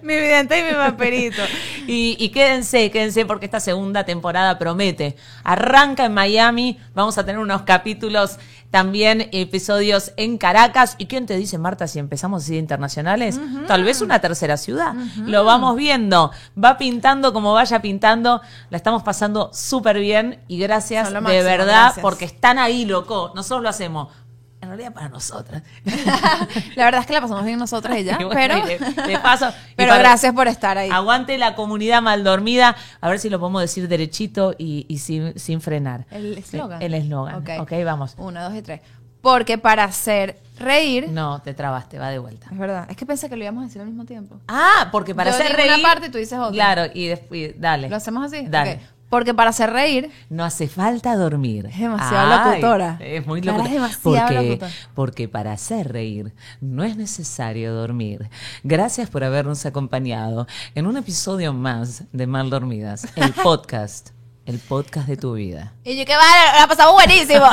Speaker 3: Mi vidente y mi vampirito.
Speaker 2: Y, y quédense, quédense porque esta segunda temporada promete. Arranca en Miami, vamos a tener unos capítulos también, episodios en Caracas. ¿Y quién te dice, Marta, si empezamos así de internacionales? Tal vez una tercera ciudad. Lo vamos viendo. Va pintando como vaya pintando. La estamos pasando súper bien y gracias
Speaker 3: Son lo
Speaker 2: de
Speaker 3: máximo,
Speaker 2: verdad
Speaker 3: gracias.
Speaker 2: porque están ahí, loco. Nosotros lo hacemos. En realidad para
Speaker 3: [laughs]
Speaker 2: nosotras.
Speaker 3: [laughs] La verdad es que la pasamos bien nosotras y ya,
Speaker 2: [laughs] Y bueno,
Speaker 3: pero,
Speaker 2: y de- de paso,
Speaker 3: [laughs]
Speaker 2: y
Speaker 3: pero
Speaker 2: para-
Speaker 3: gracias por estar ahí.
Speaker 2: Aguante la comunidad mal dormida. A ver si lo podemos decir derechito y, y sin, sin frenar.
Speaker 3: El eslogan.
Speaker 2: El eslogan. ok, vamos.
Speaker 3: Uno, dos y tres. Porque para hacer reír.
Speaker 2: No, te trabaste, va de vuelta.
Speaker 3: Es verdad. Es que pensé que lo íbamos a decir al mismo tiempo.
Speaker 2: Ah, porque para
Speaker 3: Ah, Yo
Speaker 2: hacer
Speaker 3: digo una
Speaker 2: reír.
Speaker 3: parte y tú dices otra.
Speaker 2: Claro, y después, dale.
Speaker 3: ¿Lo hacemos así?
Speaker 2: Dale.
Speaker 3: Ok. Porque para hacer reír.
Speaker 2: No hace falta dormir.
Speaker 3: Es demasiado locutora.
Speaker 2: Es muy
Speaker 3: Clara
Speaker 2: locutora.
Speaker 3: es demasiado
Speaker 2: porque,
Speaker 3: locutora.
Speaker 2: porque para hacer reír no es necesario dormir. Gracias por habernos acompañado en un episodio más de Mal Dormidas,
Speaker 3: [laughs]
Speaker 2: el podcast, el podcast de tu vida.
Speaker 3: [laughs] Y yo que vale, la pasamos buenísimo.